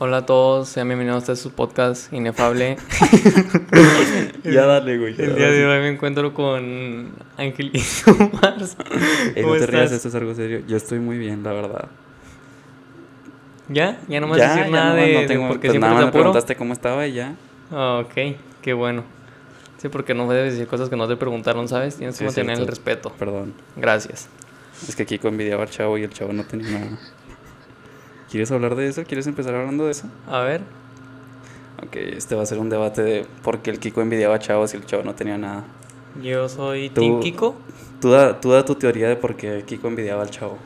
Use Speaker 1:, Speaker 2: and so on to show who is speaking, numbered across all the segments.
Speaker 1: Hola a todos, sean bienvenidos a su podcast inefable.
Speaker 2: ya dale, güey. ya
Speaker 1: El día de
Speaker 2: dale.
Speaker 1: hoy me encuentro con Angelito Mars.
Speaker 2: Ey, no
Speaker 1: ¿Cómo
Speaker 2: te rías,
Speaker 1: estás?
Speaker 2: esto es algo serio. Yo estoy muy bien, la verdad.
Speaker 1: ¿Ya? ¿Ya no me vas
Speaker 2: Ya,
Speaker 1: a decir
Speaker 2: ya
Speaker 1: nada
Speaker 2: no,
Speaker 1: de,
Speaker 2: no
Speaker 1: de
Speaker 2: tengo-
Speaker 1: por qué siempre
Speaker 2: pues nada más
Speaker 1: te
Speaker 2: me
Speaker 1: apuro?
Speaker 2: preguntaste cómo estaba y ya.
Speaker 1: Ah, ok, qué bueno. Sí, porque no debes decir cosas que no te preguntaron, ¿sabes? Tienes que
Speaker 2: Sí, es
Speaker 1: mantener el
Speaker 2: cierto.
Speaker 1: respeto.
Speaker 2: Perdón.
Speaker 1: Gracias.
Speaker 2: Es que aquí convidiaba al chavo y el chavo no tenía nada. ¿Quieres hablar de eso? ¿Quieres empezar hablando de eso?
Speaker 1: A ver,
Speaker 2: Ok, este va a ser un debate de por qué el Kiko envidiaba a chavos y el chavo no tenía nada.
Speaker 1: yo soy
Speaker 2: Tú-
Speaker 1: Team Kiko.
Speaker 2: Tú da, tú da tu teoría de por qué Kiko envidiaba al chavo.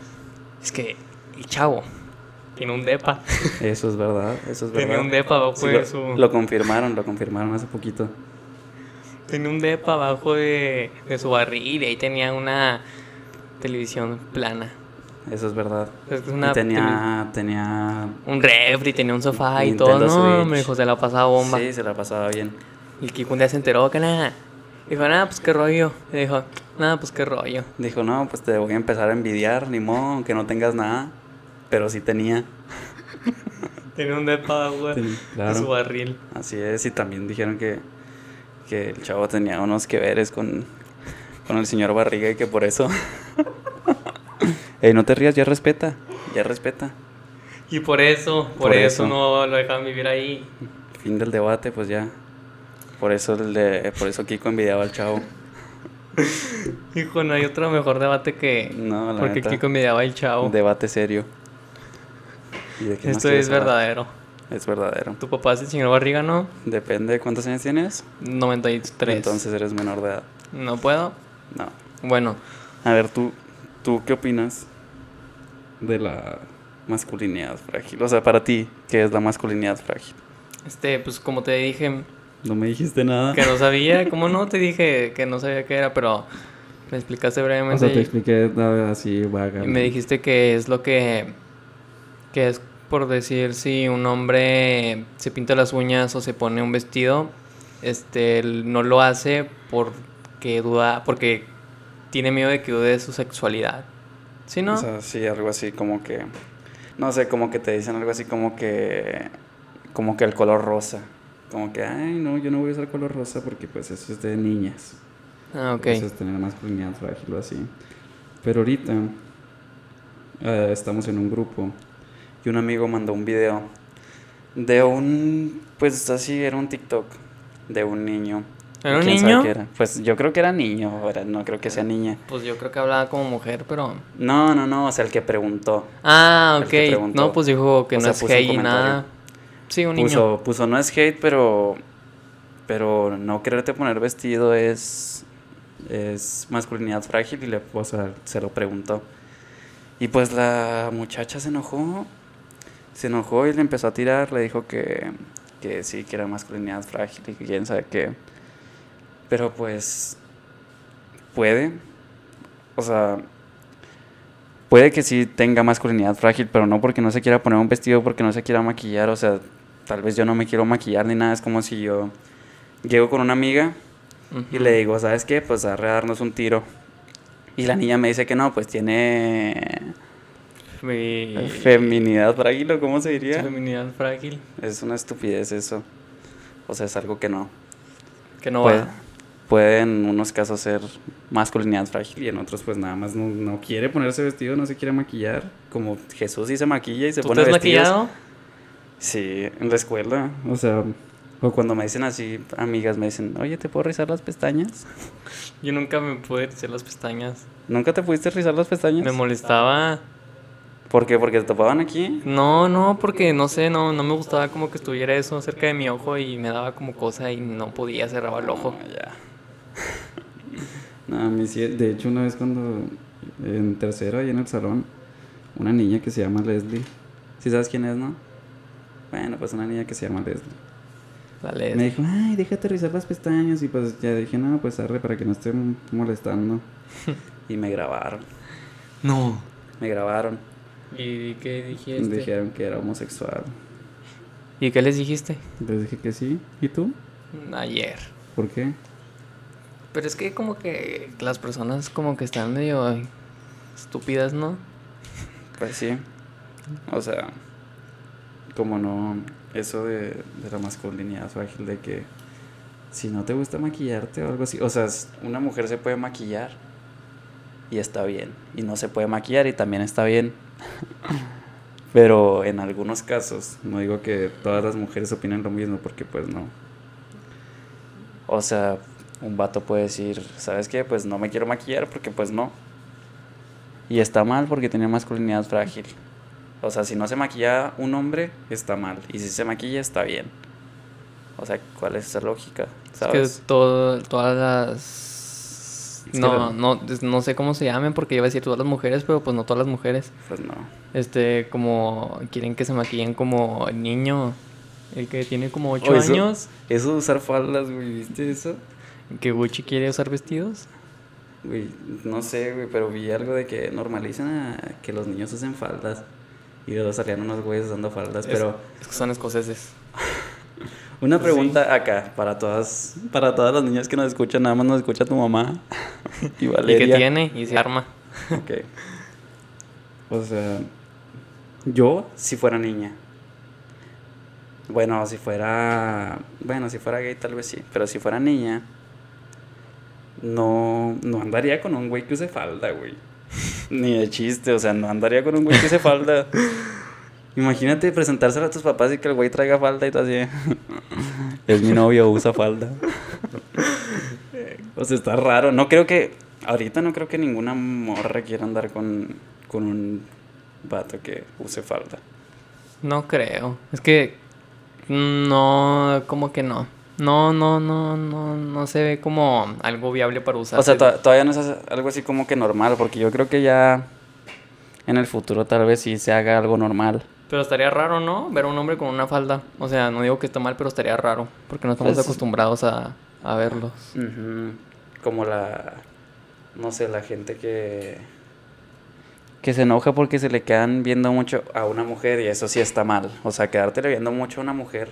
Speaker 1: Es que, y chavo, tiene un depa.
Speaker 2: Eso es verdad, eso es verdad.
Speaker 1: Tenía un pues, depa abajo
Speaker 2: Sí,
Speaker 1: de
Speaker 2: lo,
Speaker 1: su.
Speaker 2: lo confirmaron, lo confirmaron hace poquito.
Speaker 1: Tenía un depa abajo de, de su barril y ahí tenía una televisión plana.
Speaker 2: Eso es verdad.
Speaker 1: Es que es
Speaker 2: Y
Speaker 1: una tele-
Speaker 2: tenía, tenía...
Speaker 1: un refri, tenía un sofá y
Speaker 2: Nintendo
Speaker 1: todo. No,
Speaker 2: Switch.
Speaker 1: me dijo, se la pasaba bomba.
Speaker 2: Sí, se la pasaba bien.
Speaker 1: Y el Kiko un día se enteró que nada. Dijo, nada, pues qué rollo. Le dijo, nada, pues qué rollo.
Speaker 2: Dijo, no, pues te voy a empezar a envidiar, ni modo, aunque no tengas nada. Pero sí tenía.
Speaker 1: Tenía un depa abajo de
Speaker 2: Tenía-
Speaker 1: de su
Speaker 2: claro.
Speaker 1: barril.
Speaker 2: Así es, y también dijeron que, que el chavo tenía unos que veres con, con el señor Barriga y que por eso... Ey, no te rías, ya respeta, ya respeta.
Speaker 1: Y por eso, por,
Speaker 2: Por
Speaker 1: eso.
Speaker 2: eso.
Speaker 1: no lo dejaban vivir ahí.
Speaker 2: Fin del debate, pues ya. Por eso, el de- por eso Kiko envidiaba al chavo.
Speaker 1: Dijo, no hay otro mejor debate que.
Speaker 2: No, la
Speaker 1: porque
Speaker 2: neta.
Speaker 1: Kiko me daba el chavo.
Speaker 2: Un debate serio. ¿Y de qué más
Speaker 1: Esto es
Speaker 2: quieres hablar?
Speaker 1: verdadero.
Speaker 2: Es verdadero.
Speaker 1: Tu papá es el señor Barriga, ¿no?
Speaker 2: Depende de cuántos años tienes.
Speaker 1: 93.
Speaker 2: Entonces eres menor de edad.
Speaker 1: No puedo.
Speaker 2: No.
Speaker 1: Bueno,
Speaker 2: A ver, tú, tú qué opinas de la masculinidad frágil. O sea, para ti, ¿qué es la masculinidad frágil?
Speaker 1: este, pues como te dije,
Speaker 2: No me dijiste nada.
Speaker 1: que no sabía, ¿cómo no? Te dije que no sabía qué era, pero me explicaste brevemente y-
Speaker 2: expliqué nada así vaga.
Speaker 1: y me dijiste que es lo que, que es por decir si un hombre se pinta las uñas o se pone un vestido, este, él no lo hace porque duda, porque tiene miedo de que dude de su sexualidad. ¿Sí, no?
Speaker 2: O sea, sí, algo así como que. No sé, como que te dicen algo así como que. Como que el color rosa. Como que, ay, no, yo no voy a usar color rosa porque, pues, eso es de niñas.
Speaker 1: ah, ok.
Speaker 2: Eso es tener masculinidad frágil o así. Pero ahorita eh, estamos en un grupo y un amigo mandó un video de un, pues así era un TikTok de un niño.
Speaker 1: ¿Era un
Speaker 2: ¿Quién sabe
Speaker 1: niño?
Speaker 2: qué era? Pues yo creo que era niño, ahora no creo que sea niña.
Speaker 1: Pues yo creo que hablaba como mujer, pero...
Speaker 2: No, no, no, o sea, el que preguntó.
Speaker 1: Ah,
Speaker 2: El que
Speaker 1: ok.
Speaker 2: preguntó.
Speaker 1: No, pues dijo que
Speaker 2: O
Speaker 1: no
Speaker 2: sea,
Speaker 1: es
Speaker 2: puso un
Speaker 1: gay ni nada.
Speaker 2: comentario.
Speaker 1: Sí, un niño.
Speaker 2: Puso, puso, no es hate, pero, pero no quererte poner vestido es, es masculinidad frágil y le, o sea, se lo preguntó. Y pues la muchacha se enojó, se enojó y le empezó a tirar, le dijo que, que sí, que era masculinidad frágil y que quién sabe qué. Pero pues puede, o sea, puede que sí tenga masculinidad frágil, pero no porque no se quiera poner un vestido, porque no se quiera maquillar, o sea, tal vez yo no me quiero maquillar ni nada, es como si yo llego con una amiga y
Speaker 1: Ujú.
Speaker 2: le digo, ¿sabes qué? Pues arre a darnos un tiro. Y la niña me dice que no, pues tiene
Speaker 1: Mi-
Speaker 2: feminidad frágil, ¿o ¿cómo se
Speaker 1: su
Speaker 2: diría?
Speaker 1: feminidad frágil.
Speaker 2: Es una estupidez eso. O sea, es algo que no.
Speaker 1: Que no
Speaker 2: puede,
Speaker 1: va.
Speaker 2: puede en unos casos ser masculinidad frágil y en otros pues nada más no, no quiere ponerse vestido, no se quiere maquillar. Como Jesús sí se maquilla y se
Speaker 1: ¿Tú
Speaker 2: pone
Speaker 1: te has
Speaker 2: vestidos.
Speaker 1: maquillado?
Speaker 2: Sí, en la escuela. O sea, o cuando me dicen así, amigas me dicen, oye, ¿te puedo rizar las pestañas?
Speaker 1: Yo nunca me pude hacer las pestañas.
Speaker 2: ¿Nunca te pudiste rizar las pestañas?
Speaker 1: Me molestaba.
Speaker 2: ¿Por qué? ¿Porque te topaban aquí?
Speaker 1: No, no, porque no sé, no, no me gustaba como que estuviera eso cerca de mi ojo y me daba como cosa y no podía, cerraba el ojo.
Speaker 2: Ah, ya. No, a mí sí, de hecho una vez cuando en tercero ahí en el salón, una niña que se llama Leslie, si sabes quién es, ¿no? Bueno, pues una niña que se llama Leslie.
Speaker 1: Vale.
Speaker 2: Me dijo, ay, déjate rizar las pestañas y pues ya dije, no, pues arre para que no esté molestando. y me grabaron,
Speaker 1: No.
Speaker 2: me grabaron.
Speaker 1: ¿Y qué dijiste?
Speaker 2: Dijeron que era homosexual.
Speaker 1: ¿Y qué les dijiste?
Speaker 2: Les dije que sí. ¿Y tú?
Speaker 1: Ayer.
Speaker 2: ¿Por qué?
Speaker 1: Pero es que como que las personas como que están medio ay, estúpidas, ¿no?
Speaker 2: Pues sí. O sea, como no, eso de, de la masculinidad frágil, de que si no te gusta maquillarte o algo así, o sea, s- una mujer se puede maquillar y está bien, y no se puede maquillar y también está bien. Pero en algunos casos, no digo que todas las mujeres opinen lo mismo, porque pues no. O sea, un vato puede decir, ¿sabes qué? Pues no me quiero maquillar porque pues no. Y está mal porque tiene masculinidad frágil. O sea, si no se maquilla un hombre, está mal. Y si se maquilla, está bien. O sea, ¿cuál es esa lógica? ¿Sabes?
Speaker 1: Es que todo, todas las...
Speaker 2: Es que
Speaker 1: No,
Speaker 2: la-
Speaker 1: no, es- no sé cómo se llamen porque yo iba a decir todas las mujeres, pero pues no todas las mujeres.
Speaker 2: Pues no.
Speaker 1: Este, como quieren que se maquillen como niño, el que tiene como 8
Speaker 2: Oh, eso-
Speaker 1: años,
Speaker 2: Eso de usar faldas, güey, ¿viste eso?
Speaker 1: que Gucci quiere usar vestidos.
Speaker 2: Güey, no sé, güey, pero vi algo de que normalizan a que los niños usen faldas. Y luego salían unos güeyes usando faldas,
Speaker 1: Es-
Speaker 2: pero...
Speaker 1: Es que son escoceses.
Speaker 2: Una
Speaker 1: Sí.
Speaker 2: pregunta acá, para todas, para todas las niñas que nos escuchan, nada más nos escucha tu mamá y
Speaker 1: ¿Y
Speaker 2: Valeria.
Speaker 1: que tiene? Y se arma.
Speaker 2: Ok. O sea, yo si fuera niña. Bueno, si fuera, bueno, si fuera gay tal vez sí, pero si fuera niña no no andaría con un güey que use falda, güey. Ni de chiste, o sea, no andaría con un güey que use falda. Imagínate presentárselo a tus papás y que el güey traiga falda y tú así. Es mi novio, usa falda. O sea, está raro. No creo que. Ahorita no creo que ninguna morra quiera andar con, con un vato que use falda.
Speaker 1: No creo. Es que no, como que no. No, no, no, no, no se ve como algo viable para usar.
Speaker 2: O sea, to- todavía no es algo así como que normal, porque yo creo que ya en el futuro tal vez sí se haga algo normal.
Speaker 1: Pero estaría raro, ¿no? Ver a un hombre con una falda. O sea, no digo que está mal, pero estaría raro. Porque no estamos
Speaker 2: Pues-
Speaker 1: acostumbrados a, a verlos.
Speaker 2: Como la. No sé, la gente que. Que se enoja porque se le quedan viendo mucho a una mujer y eso sí está mal. O sea, quedártele viendo mucho a una mujer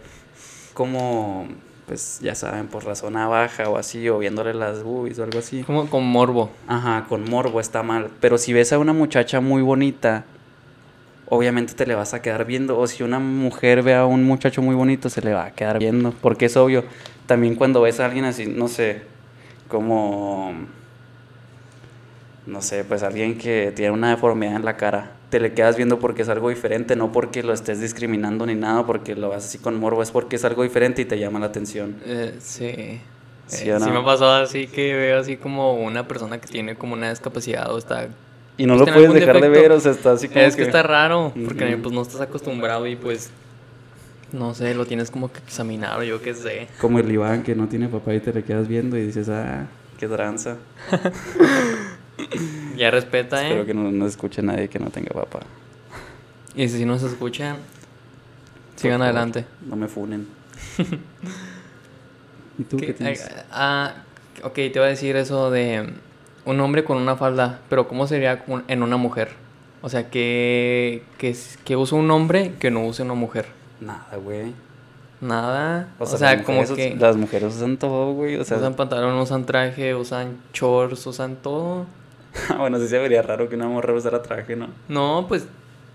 Speaker 2: como. Pues ya saben, por la zona baja o así, o viéndole las boobies o algo así.
Speaker 1: Como con morbo.
Speaker 2: Ajá, con morbo está mal. Pero si ves a una muchacha muy bonita, obviamente te le vas a quedar viendo. O si una mujer ve a un muchacho muy bonito, se le va a quedar viendo. Porque es obvio. También cuando ves a alguien así, no sé, como. No sé, pues alguien que tiene una deformidad en la cara, te le quedas viendo porque es algo diferente, no porque lo estés discriminando ni nada, porque lo vas así con morbo, es porque es algo diferente y te llama la atención.
Speaker 1: Eh, sí.
Speaker 2: ¿Sí
Speaker 1: Eh,
Speaker 2: o no?
Speaker 1: sí me ha pasado así que veo así como una persona que tiene como una discapacidad o está...
Speaker 2: Y no
Speaker 1: Pues tiene
Speaker 2: lo puedes
Speaker 1: algún
Speaker 2: dejar de ver,
Speaker 1: defecto.
Speaker 2: o sea, está así como
Speaker 1: Es que está raro, porque
Speaker 2: Ujú.
Speaker 1: pues no estás acostumbrado y pues... No sé, lo tienes como que examinar o yo qué sé.
Speaker 2: Como el Iván que no tiene papá y te le quedas viendo y dices, ah, qué tranza.
Speaker 1: Ya respeta, ¿eh?
Speaker 2: Espero que no, no escuche nadie que no tenga papá.
Speaker 1: Y si no se escuchan, sigan
Speaker 2: favor.
Speaker 1: adelante.
Speaker 2: No me funen. ¿Y tú
Speaker 1: Que-
Speaker 2: qué tienes?
Speaker 1: ah, ah, ok, te iba a decir eso de mm, un hombre con una falda, pero ¿cómo sería con- en una mujer? O sea, que, que, s- que usa un hombre que no use una mujer.
Speaker 2: Nada, güey.
Speaker 1: Nada. O sea,
Speaker 2: las
Speaker 1: como
Speaker 2: mujeres us-
Speaker 1: que
Speaker 2: Las mujeres usan todo, güey. O sea,
Speaker 1: usan pantalón, usan traje, usan shorts, usan todo.
Speaker 2: bueno, sí se vería raro que una morra usara traje, ¿no?
Speaker 1: No, pues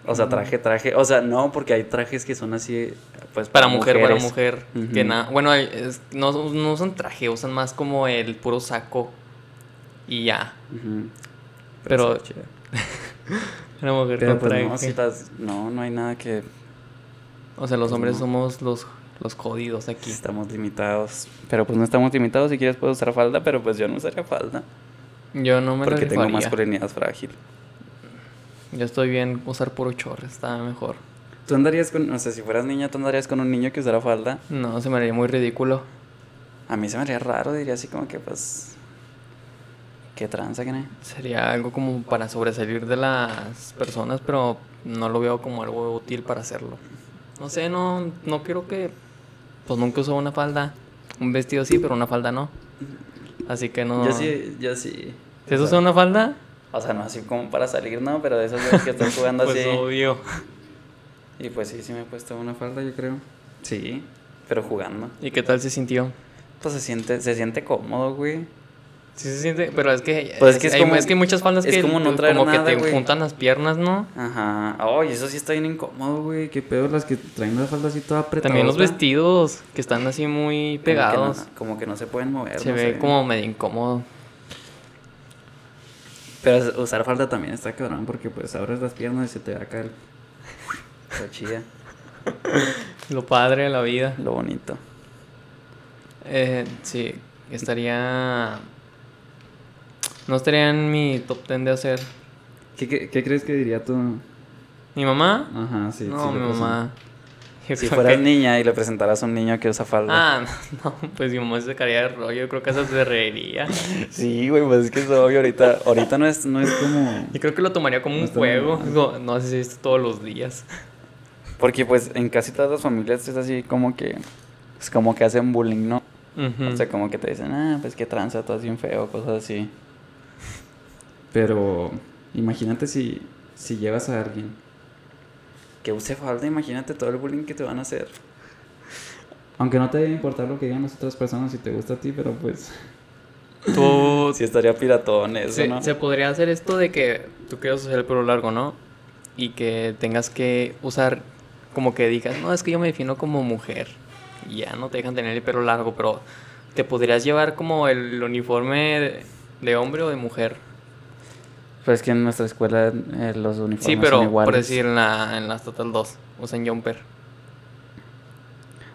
Speaker 2: O sea, traje, traje. O sea, no, porque hay trajes que son así, pues...
Speaker 1: para mujer,
Speaker 2: mujeres.
Speaker 1: para mujer.
Speaker 2: Ujú.
Speaker 1: Que nada. Bueno, hay- es- no, no usan traje, usan más como el puro saco. Y ya.
Speaker 2: Ujú.
Speaker 1: Pero-
Speaker 2: está chida.
Speaker 1: Una mujer
Speaker 2: Pero
Speaker 1: con
Speaker 2: pues
Speaker 1: traje.
Speaker 2: no, si las- no, no hay nada que...
Speaker 1: O sea, los
Speaker 2: Pues
Speaker 1: hombres
Speaker 2: no.
Speaker 1: somos los, los jodidos aquí.
Speaker 2: Estamos limitados. Pero pues no estamos limitados. Si quieres puedes usar falda, pero pues yo no usaría falda.
Speaker 1: Yo no me lo
Speaker 2: Porque tengo
Speaker 1: rifaría.
Speaker 2: masculinidad frágil.
Speaker 1: Yo estoy bien usar puro chorro, está mejor.
Speaker 2: ¿Tú andarías con, o sea, si fueras niña, tú andarías con un niño que usara falda?
Speaker 1: No, se me haría muy ridículo.
Speaker 2: A mí se me haría raro, diría así como que pues... ¿Qué tranza, que
Speaker 1: Sería algo como para sobresalir de las personas, pero no lo veo como algo útil para hacerlo. No sé, no, no quiero que... Pues nunca uso una falda. Un vestido sí, pero una falda no. Así que no...
Speaker 2: Yo sí, yo sí.
Speaker 1: ¿Si eso usa una falda?
Speaker 2: O sea, no así como para salir, no, pero de esos veces que estás jugando
Speaker 1: Pues
Speaker 2: así.
Speaker 1: obvio.
Speaker 2: Y pues sí, sí me he puesto una falda, yo creo. Sí, pero jugando.
Speaker 1: ¿Y qué tal se sintió?
Speaker 2: Pues se siente, se siente cómodo, güey.
Speaker 1: Sí se siente, pero es que,
Speaker 2: Pues es que es
Speaker 1: hay-
Speaker 2: como-
Speaker 1: que hay muchas faldas
Speaker 2: es
Speaker 1: que
Speaker 2: como no traer
Speaker 1: como que
Speaker 2: nada,
Speaker 1: te
Speaker 2: güey.
Speaker 1: juntan las piernas, ¿no?
Speaker 2: Ajá. Ay, eso sí está bien incómodo, güey. Qué pedo las que traen la falda así toda apretada.
Speaker 1: También los vestidos que están así muy pegados.
Speaker 2: Como que no, se pueden mover.
Speaker 1: se
Speaker 2: no
Speaker 1: ve
Speaker 2: sé.
Speaker 1: como medio incómodo.
Speaker 2: Pero usar falda también está cabrón porque pues abres las piernas y se te va a caer. Está chida.
Speaker 1: Lo padre de la vida.
Speaker 2: Lo bonito.
Speaker 1: Eh, sí, estaría. No estaría en mi top 10 de hacer.
Speaker 2: ¿Qué, qué, qué crees que diría tu...
Speaker 1: ¿Mi mamá?
Speaker 2: Ajá, sí.
Speaker 1: no,
Speaker 2: sí,
Speaker 1: mi
Speaker 2: lo presento.
Speaker 1: mamá. Yo
Speaker 2: Si
Speaker 1: creo
Speaker 2: fueras
Speaker 1: que-
Speaker 2: niña y le presentaras a un niño que usa falda.
Speaker 1: Ah, no, pues mi mamá se sacaría de rollo. Creo que esa se reiría.
Speaker 2: Sí, güey, pues es que es obvio. Ahorita, ahorita no, es, no es como...
Speaker 1: Y creo que lo tomaría como
Speaker 2: No
Speaker 1: un
Speaker 2: está
Speaker 1: juego.
Speaker 2: mal.
Speaker 1: Digo, no sé si esto todos los días.
Speaker 2: Porque pues en casi todas las familias es así como que... Es como que hacen bullying, ¿no?
Speaker 1: Ujú.
Speaker 2: O sea, como que te dicen, ah, pues que tranza, todo bien feo, cosas así. Pero imagínate si, si llevas a alguien que use falda, imagínate todo el bullying que te van a hacer. Aunque no te debe importar lo que digan las otras personas si te gusta a ti, pero pues.
Speaker 1: Tú.
Speaker 2: Sí, estaría piratón eso,
Speaker 1: se,
Speaker 2: ¿no?
Speaker 1: se podría hacer esto de que tú quieras usar el pelo largo, ¿no? Y que tengas que usar, como que digas, no, es que yo me defino como mujer. Y ya no te dejan tener el pelo largo, pero te podrías llevar como el uniforme de, de hombre o de mujer.
Speaker 2: Pues es que en nuestra escuela eh, los uniformes
Speaker 1: Sí,
Speaker 2: son
Speaker 1: pero
Speaker 2: iguales.
Speaker 1: por decir en la, en las Total 2, usan jumper.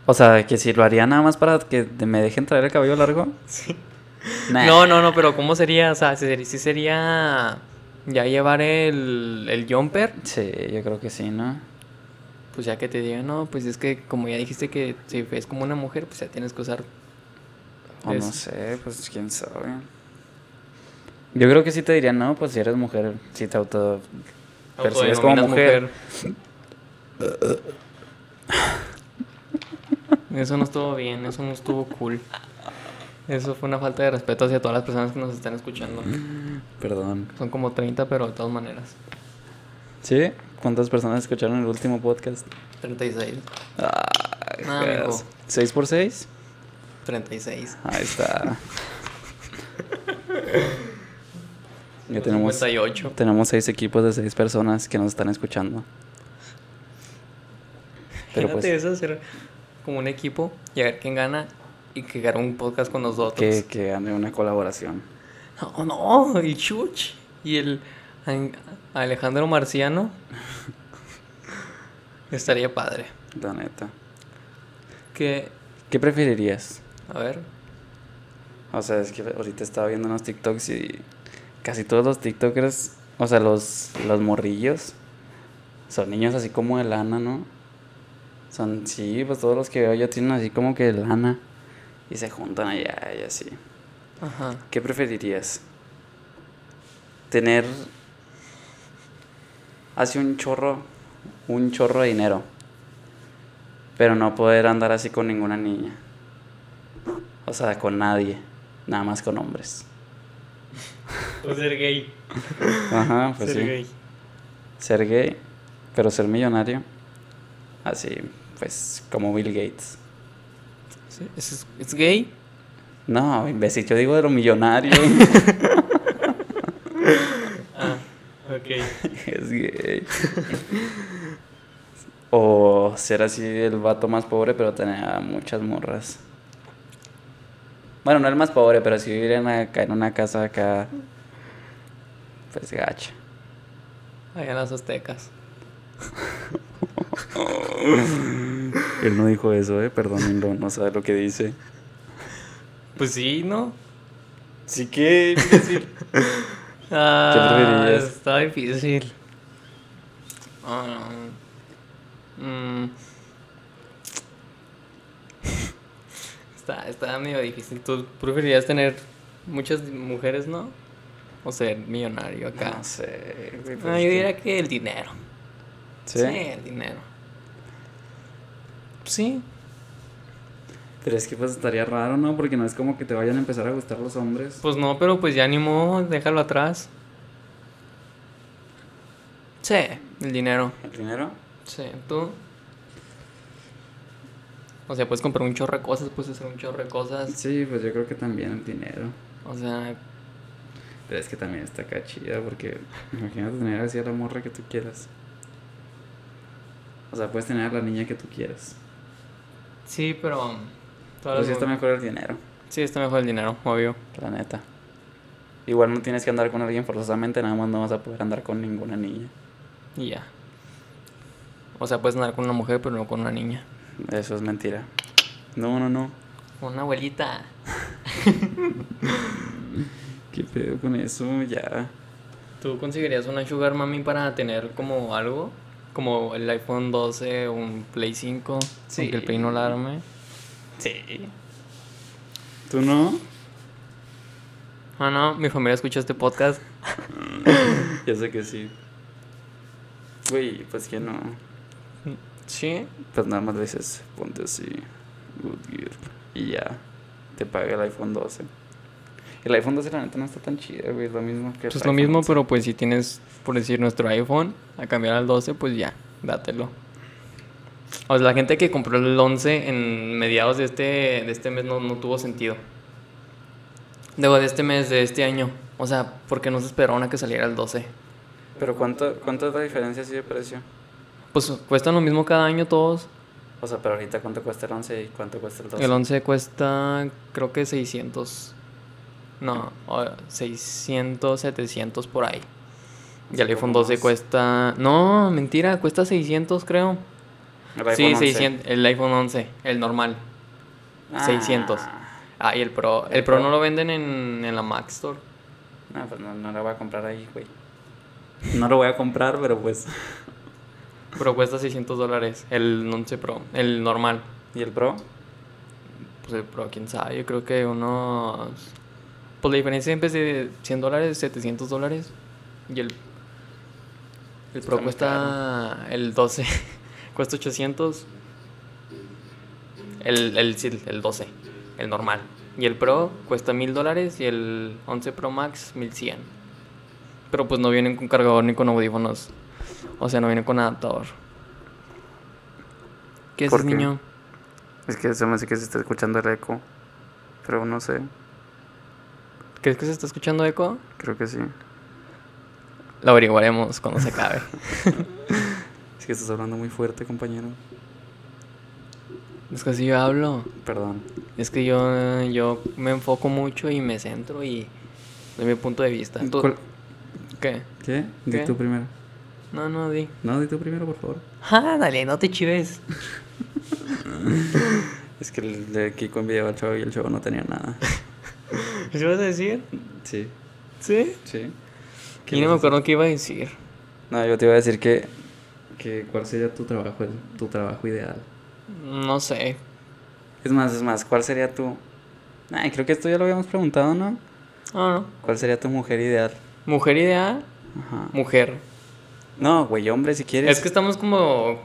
Speaker 2: O sea, que si lo haría nada más para que te- me dejen traer el cabello largo.
Speaker 1: Sí.
Speaker 2: Nah.
Speaker 1: No, no, no, pero ¿cómo sería? O sea, si, si sería ya llevar el, el jumper,
Speaker 2: Sí, yo creo que sí, ¿no?
Speaker 1: pues ya que te digan, no, pues es que como ya dijiste que si ves como una mujer, pues ya tienes que usar
Speaker 2: O no
Speaker 1: Es-
Speaker 2: sé, pues quién sabe. Yo creo que sí te dirían, no, pues si eres mujer, si te auto percibes como
Speaker 1: Autodenominas
Speaker 2: mujer.
Speaker 1: mujer. Eso no estuvo bien, eso no estuvo cool. Eso fue una falta de respeto hacia todas las personas que nos están escuchando.
Speaker 2: Perdón.
Speaker 1: Son como 30, pero de todas maneras.
Speaker 2: ¿Sí? ¿Cuántas personas escucharon el último podcast?
Speaker 1: 36.
Speaker 2: Ay,
Speaker 1: Ah, mijo.
Speaker 2: pues, ¿Seis por seis?
Speaker 1: 36.
Speaker 2: Ahí está. ya tenemos,
Speaker 1: 58.
Speaker 2: tenemos seis equipos de seis personas que nos están escuchando. Pero
Speaker 1: Imagínate
Speaker 2: pues-
Speaker 1: eso, hacer como un equipo y a ver quién gana y que gane un podcast con nosotros.
Speaker 2: Que, que ande una colaboración.
Speaker 1: No, no, el Chuch y el An- Alejandro Marciano. Estaría padre.
Speaker 2: La neta.
Speaker 1: Que,
Speaker 2: ¿Qué preferirías?
Speaker 1: a ver,
Speaker 2: O sea, es que ahorita estaba viendo unos TikToks y casi todos los TikTokers, o sea, los, los morrillos, son niños así como de lana, ¿no? Son, sí, pues todos los que veo yo tienen así como que lana y se juntan allá y así.
Speaker 1: ajá.
Speaker 2: ¿Qué preferirías? Tener así un chorro, un chorro de dinero, pero no poder andar así con ninguna niña. O sea, con nadie, nada más con hombres.
Speaker 1: O ser gay.
Speaker 2: Ajá, pues sí. Ser gay, pero ser millonario. Así, pues, como Bill Gates.
Speaker 1: ¿Es, es- es gay?
Speaker 2: No, imbécil, yo digo de lo millonario.
Speaker 1: Ah, ok.
Speaker 2: Es gay. o ser así el vato más pobre, pero tener a muchas morras. Bueno, no el más pobre, pero si vivir en, acá, en una casa acá. Pues gacha.
Speaker 1: Allá en las aztecas.
Speaker 2: Él no dijo eso, ¿eh? Perdón, no, no sabe lo que dice.
Speaker 1: Pues sí, ¿no?
Speaker 2: Sí que. imbécil.
Speaker 1: Ah,
Speaker 2: preferirías?
Speaker 1: está difícil. Ah, mm. Está, está medio difícil. ¿Tú preferirías tener muchas mujeres, no? O ser millonario acá.
Speaker 2: no sé. güey, pues,
Speaker 1: No, yo diría que el dinero.
Speaker 2: ¿Sí?
Speaker 1: el dinero. Sí.
Speaker 2: Pero es que pues estaría raro, ¿no? Porque no es como que te vayan a empezar a gustar los hombres.
Speaker 1: Pues no, pero pues ya ni modo, déjalo atrás. Sí, el dinero.
Speaker 2: ¿El dinero?
Speaker 1: Sí, tú. O sea, puedes comprar un chorro de cosas, puedes hacer un chorro de cosas.
Speaker 2: Sí, pues yo creo que también el dinero.
Speaker 1: O sea,
Speaker 2: Pero es que también está acá chida porque imagínate tener así a la morra que tú quieras. O sea, puedes tener a la niña que tú quieras.
Speaker 1: sí, pero... um,
Speaker 2: Pero
Speaker 1: Pues
Speaker 2: sí está mejor el dinero,
Speaker 1: sí, está mejor el dinero, obvio.
Speaker 2: la neta. Igual no tienes que andar con alguien forzosamente, nada más no vas a poder andar con ninguna niña.
Speaker 1: Y ya. O sea, puedes andar con una mujer, pero no con una niña.
Speaker 2: Eso es mentira. No, no, no.
Speaker 1: Con una abuelita.
Speaker 2: ¿Qué pedo con eso? Ya.
Speaker 1: ¿Tú conseguirías una Sugar Mami para tener como algo? Como el iPhone 12, un Play 5,
Speaker 2: Sí.
Speaker 1: sin que el Play no la arme.
Speaker 2: Sí. ¿Tú no?
Speaker 1: Ah, no, mi familia escucha este podcast.
Speaker 2: Ya sé que sí. Güey, pues que no.
Speaker 1: Sí.
Speaker 2: Pues nada más le dices, ponte así, good girl. Y ya, te paga el iPhone 12. El iPhone 12 la neta no está tan chido, güey, es lo mismo que el
Speaker 1: Pues lo
Speaker 2: iPhone
Speaker 1: mismo,
Speaker 2: 11.
Speaker 1: pero pues si tienes, por decir, nuestro iPhone a cambiar al 12, pues ya, dátelo. O sea, la gente que compró el 11 en mediados de este, de este mes no, no tuvo sentido. Digo, de este mes, de este año. O sea, porque no se esperaron a que saliera el 12.
Speaker 2: Pero ¿cuánto, ¿cuánto es la diferencia así de precio?
Speaker 1: Pues cuestan lo mismo cada año todos.
Speaker 2: O sea, pero ahorita ¿cuánto cuesta el 11 y cuánto cuesta el 12?
Speaker 1: El 11 cuesta, creo que 600. No, o- 600, 700 por ahí. Y el
Speaker 2: Un
Speaker 1: iPhone
Speaker 2: poco
Speaker 1: 12
Speaker 2: más.
Speaker 1: cuesta. No, mentira, cuesta 600, creo.
Speaker 2: El iPhone
Speaker 1: sí,
Speaker 2: 11.
Speaker 1: 600. El iPhone 11, el normal. 600. Ah, y el Pro. El,
Speaker 2: El
Speaker 1: Pro
Speaker 2: Pro.
Speaker 1: no lo venden en, en la Mac Store.
Speaker 2: No, pues no, no lo voy a comprar ahí, güey. No lo voy a comprar, pero pues...
Speaker 1: Pero cuesta 600 dólares. El 11 Pro. El normal.
Speaker 2: ¿Y el Pro?
Speaker 1: Pues el Pro, quién sabe. Yo creo que unos. Pues la diferencia en vez de 100 dólares, 700 dólares. Y el. El
Speaker 2: Está
Speaker 1: Pro
Speaker 2: muy
Speaker 1: cuesta. El 12. cuesta 800. El, el, sí, el 12. El normal. Y el Pro cuesta 1000 dólares. Y el 11 Pro Max 1100. Pero pues no vienen con cargador ni con audífonos. O sea, no vienen con adaptador. ¿Qué es
Speaker 2: ¿Por qué?
Speaker 1: niño?
Speaker 2: Es que se me hace que se está escuchando el eco. Pero no sé,
Speaker 1: ¿Crees que se está escuchando eco?
Speaker 2: creo que sí.
Speaker 1: Lo averiguaremos cuando se acabe.
Speaker 2: Es que estás hablando muy fuerte, compañero.
Speaker 1: es que si yo hablo,
Speaker 2: Perdón.
Speaker 1: es que yo, yo me enfoco mucho y me centro y doy mi punto de vista. Tú-
Speaker 2: ¿Cuál-
Speaker 1: ¿Qué?
Speaker 2: ¿Qué?
Speaker 1: ¿Qué?
Speaker 2: Di tú primero.
Speaker 1: No, no, di.
Speaker 2: No, di tú primero, por favor.
Speaker 1: Ah, dale, no te chives.
Speaker 2: Es que el de Kiko enviaba al chavo y el chavo no tenía nada.
Speaker 1: ¿Qué ibas a decir?
Speaker 2: Sí,
Speaker 1: ¿Sí?
Speaker 2: sí.
Speaker 1: Y no me acuerdo qué iba a decir.
Speaker 2: No, yo te iba a decir que, que cuál sería tu trabajo, tu trabajo ideal.
Speaker 1: No sé.
Speaker 2: Es más, es más, ¿cuál sería tu... Ay, creo que esto ya lo habíamos preguntado, ¿no?
Speaker 1: Ah, no.
Speaker 2: ¿Cuál sería tu mujer ideal?
Speaker 1: Mujer ideal,
Speaker 2: Ajá.
Speaker 1: mujer.
Speaker 2: No, güey, hombre, si quieres.
Speaker 1: Es que estamos como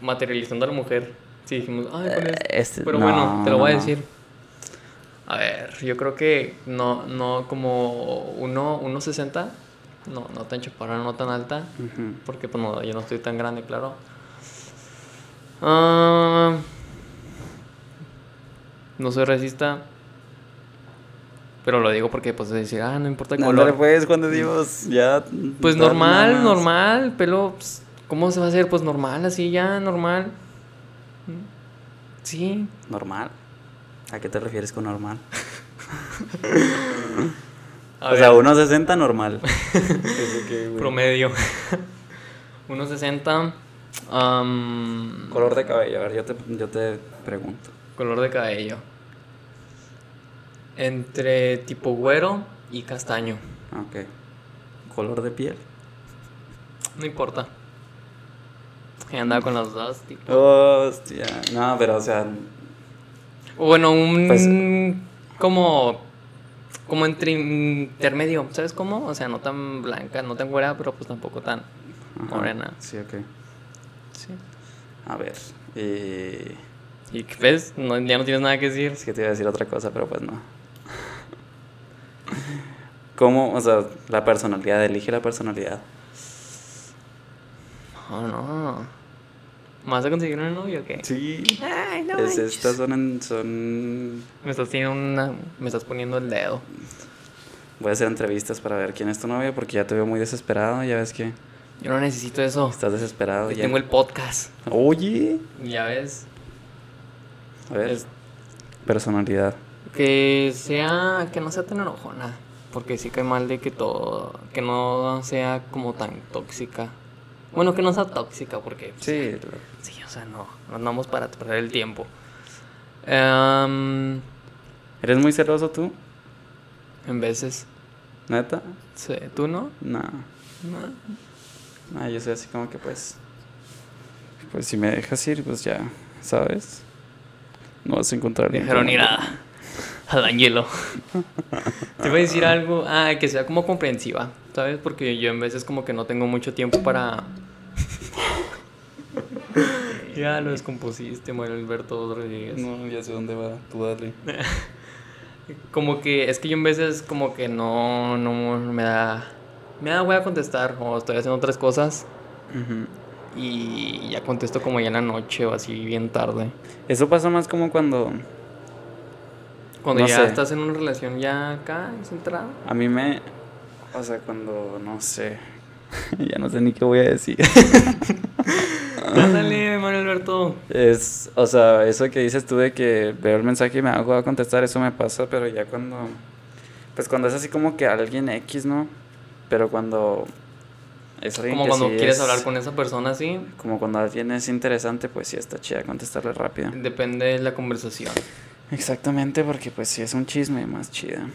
Speaker 1: materializando a la mujer. Sí, dijimos, ay, ¿cuál es?
Speaker 2: Eh, este-
Speaker 1: Pero
Speaker 2: no,
Speaker 1: bueno, te lo
Speaker 2: no,
Speaker 1: voy a
Speaker 2: no.
Speaker 1: decir. A ver, yo creo que no, no como uno, 1.60. No, no tan chaparra, no tan alta.
Speaker 2: Ujú.
Speaker 1: Porque pues no, yo no estoy tan grande, claro. Ah, no soy racista. Pero lo digo porque pues decir, ah, no importa el
Speaker 2: No,
Speaker 1: color.
Speaker 2: ándale, pues, cuando Dios, ya.
Speaker 1: Pues
Speaker 2: dale
Speaker 1: normal,
Speaker 2: nomás.
Speaker 1: normal, pelo, pues, ¿cómo se va a hacer? Pues normal, así ya, normal. Sí,
Speaker 2: ¿Normal? ¿A qué te refieres con normal?
Speaker 1: A
Speaker 2: o sea,
Speaker 1: ver.
Speaker 2: 1.60 normal. Eso que, güey.
Speaker 1: promedio. 1.60. am,
Speaker 2: Color de cabello, a ver, yo te, yo te pregunto.
Speaker 1: color de cabello. Entre tipo güero y castaño.
Speaker 2: Ah, Ok. ¿Color de piel?
Speaker 1: No importa. He andado con los dos. tipo.
Speaker 2: Hostia. No, pero o sea,
Speaker 1: O Bueno, un.
Speaker 2: Pues-
Speaker 1: como. Como entre intermedio, ¿sabes cómo? O sea, no tan blanca, no tan güera, pero pues tampoco tan
Speaker 2: ajá.
Speaker 1: morena.
Speaker 2: Sí, ok.
Speaker 1: Sí.
Speaker 2: A ver. Y...
Speaker 1: ¿Y qué ves? No, ya no tienes nada que decir.
Speaker 2: Es que te iba a decir otra cosa, pero pues no. ¿Cómo? O sea, la personalidad, elige la personalidad.
Speaker 1: No, no. ¿Me vas a conseguir una novia o qué?
Speaker 2: Sí.
Speaker 1: Ay, no
Speaker 2: Es,
Speaker 1: manches.
Speaker 2: estas son, en- son
Speaker 1: Me estás, teniendo una- me estás poniendo el dedo.
Speaker 2: Voy a hacer entrevistas para ver quién es tu novia porque ya te veo muy desesperado, ya ves que
Speaker 1: Yo no necesito eso.
Speaker 2: estás desesperado.
Speaker 1: Yo
Speaker 2: ya.
Speaker 1: tengo el podcast.
Speaker 2: Oye,
Speaker 1: Ya ves.
Speaker 2: a ver,
Speaker 1: Es-
Speaker 2: personalidad.
Speaker 1: que sea. Que no sea tan enojona. Porque sí cae mal de que todo. Que no sea como tan tóxica. Bueno, que no sea tóxica, porque. pues,
Speaker 2: Sí,
Speaker 1: Sí, o sea, no. No andamos para perder el tiempo. Em,
Speaker 2: ¿eres muy celoso tú?
Speaker 1: en veces.
Speaker 2: ¿Neta?
Speaker 1: Sí, ¿Tú no?
Speaker 2: No.
Speaker 1: No.
Speaker 2: No, yo soy así como que pues. Pues si me dejas ir, pues ya, ¿sabes? No vas a encontrar ningún
Speaker 1: Dijeron ir
Speaker 2: hombre.
Speaker 1: a, al Angelo. Te voy a decir algo, ah, que sea como comprensiva, ¿sabes? Porque yo en veces como que no tengo mucho tiempo para... ya lo descompusiste, Mario Alberto Rodríguez.
Speaker 2: No, ya sé dónde va, tú dale.
Speaker 1: Como que es que yo en veces como que no, no me da... Me da voy a contestar o estoy haciendo otras cosas
Speaker 2: Ujú.
Speaker 1: y ya contesto como ya en la noche o así bien tarde.
Speaker 2: Eso pasa más como cuando
Speaker 1: Cuando
Speaker 2: No
Speaker 1: ya
Speaker 2: sé.
Speaker 1: estás en una relación ya acá, centrada.
Speaker 2: a mí me. O sea, cuando no sé. ya no sé ni qué voy a decir.
Speaker 1: Ándale, Mario Alberto.
Speaker 2: Es, o sea, eso que dices tú de que veo el mensaje y me hago a contestar, eso me pasa, pero ya cuando, pues cuando es así como que alguien X, ¿no? Pero cuando es alguien
Speaker 1: Como
Speaker 2: que
Speaker 1: cuando
Speaker 2: sí
Speaker 1: quieres
Speaker 2: es-
Speaker 1: hablar con esa persona así,
Speaker 2: Como cuando alguien es interesante, pues sí está chida contestarle rápido.
Speaker 1: depende de la conversación.
Speaker 2: Exactamente, porque pues sí es un chisme más chida.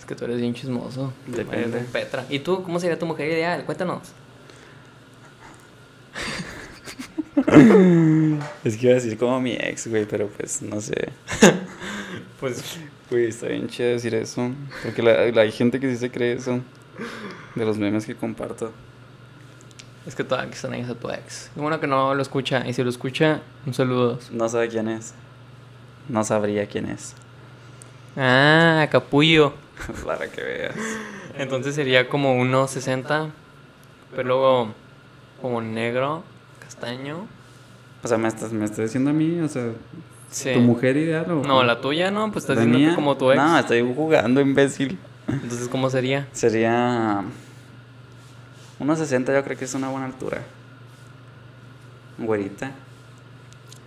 Speaker 1: Es que tú eres bien chismoso.
Speaker 2: Depende.
Speaker 1: Eres un Petra. ¿Y tú cómo sería tu mujer ideal? Cuéntanos.
Speaker 2: Es que iba a decir como mi ex, güey, pero pues no sé.
Speaker 1: Pues
Speaker 2: Güey, está bien chido decir eso. Porque la, la- hay gente que sí se cree eso. De los memes que comparto.
Speaker 1: es que toda que están ahí es a tu ex. Y bueno que no lo escucha. Y si lo escucha, un saludo.
Speaker 2: No sabe quién es. No sabría quién es.
Speaker 1: Ah, capullo.
Speaker 2: Para que veas.
Speaker 1: Entonces sería como 1.60. Pero luego como negro, castaño.
Speaker 2: O sea, ¿me estás, me estás diciendo a mí? O sea,
Speaker 1: Sí.
Speaker 2: ¿tu mujer ideal o...?
Speaker 1: No, la tuya no, pues estás
Speaker 2: ¿La
Speaker 1: diciendo
Speaker 2: mía?
Speaker 1: que como tu ex.
Speaker 2: No, estoy jugando, imbécil.
Speaker 1: Entonces, ¿cómo sería?
Speaker 2: Sería... 1.60 yo creo que es una buena altura. Güerita.